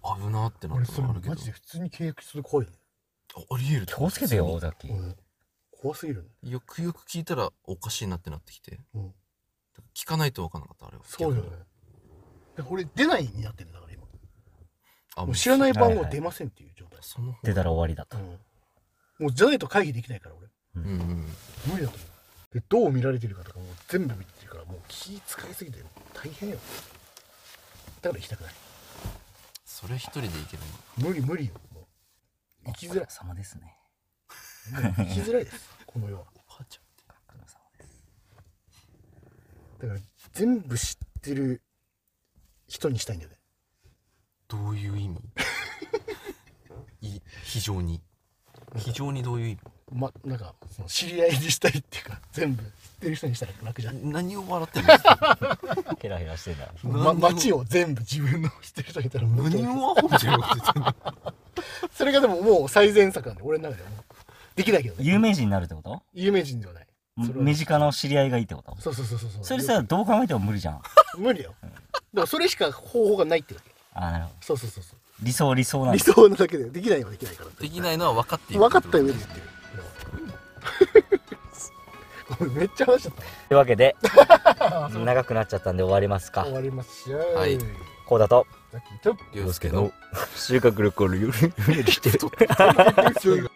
Speaker 3: た危なーってな
Speaker 2: 俺
Speaker 3: った
Speaker 2: そ
Speaker 3: の
Speaker 2: れ
Speaker 3: はあるけど
Speaker 2: マジで普通に契約する怖いね。
Speaker 3: あありえる
Speaker 1: 気をつけてよ、ザッキー。
Speaker 2: うん怖すぎるね。
Speaker 3: よくよく聞いたらおかしいなってなってきて
Speaker 2: うん
Speaker 3: 聞かないと分からなかったあれは
Speaker 2: そうだよねだから俺出ないになってるんだから今
Speaker 3: あ
Speaker 2: もう知らない
Speaker 3: そ
Speaker 2: 番号出ませんっていう状態、
Speaker 3: その方
Speaker 1: 出たら終わりだと。
Speaker 2: うんもうじゃないと回避できないから俺
Speaker 3: うんうん
Speaker 2: 無理だと思うでどう見られてるかとかもう全部見てるからもう気使いすぎて大変よだから行きたくない
Speaker 3: それ一人でいける
Speaker 2: 無理無理よもう行きづらい
Speaker 1: 様ですね。
Speaker 2: もう生きづらいですこの世は
Speaker 3: のおばあちゃんって
Speaker 1: ご苦労様です
Speaker 2: だから全部知ってる人にしたいんだよね
Speaker 3: どういう意 味い非常に非常にどういう意
Speaker 2: まなんかその知り合いにしたいっていうか全部知ってる人にしたら楽じゃん、
Speaker 3: 味何を笑ってるんですか
Speaker 1: ヘラヘラしてんだ。
Speaker 2: ま、
Speaker 3: 何を
Speaker 2: 街を全部自分の知ってる人にいたらもう
Speaker 3: 何をアホみたいなこと言ってんの
Speaker 2: それがでももう最善策なんで俺の中ではもうできないけどね
Speaker 1: 有名人になるってこと
Speaker 2: 有名人ではないそれは
Speaker 1: 身近な知り合いがいいってこと
Speaker 2: そうそうそうそうう
Speaker 1: それさ、どう考えても無理じゃん。
Speaker 2: 無理よでもそれしか方法がないってわけ
Speaker 1: あーなるほど。
Speaker 2: そうそうそうそう
Speaker 1: 理想理想なん
Speaker 2: 理
Speaker 1: だ。
Speaker 2: 想なだけでできないはできないから
Speaker 3: できないのは分かっている
Speaker 2: 分かった上で言って るごめんめっちゃ話しちゃっ
Speaker 1: というわけで、 長くなっちゃったんで終わります
Speaker 2: た
Speaker 1: か
Speaker 2: 終。わりますし
Speaker 3: はい
Speaker 2: さ
Speaker 1: こうだと、
Speaker 2: っきちょっと
Speaker 3: 凌介の
Speaker 1: 修学旅行をゆるゆるしてる。
Speaker 2: 言ってる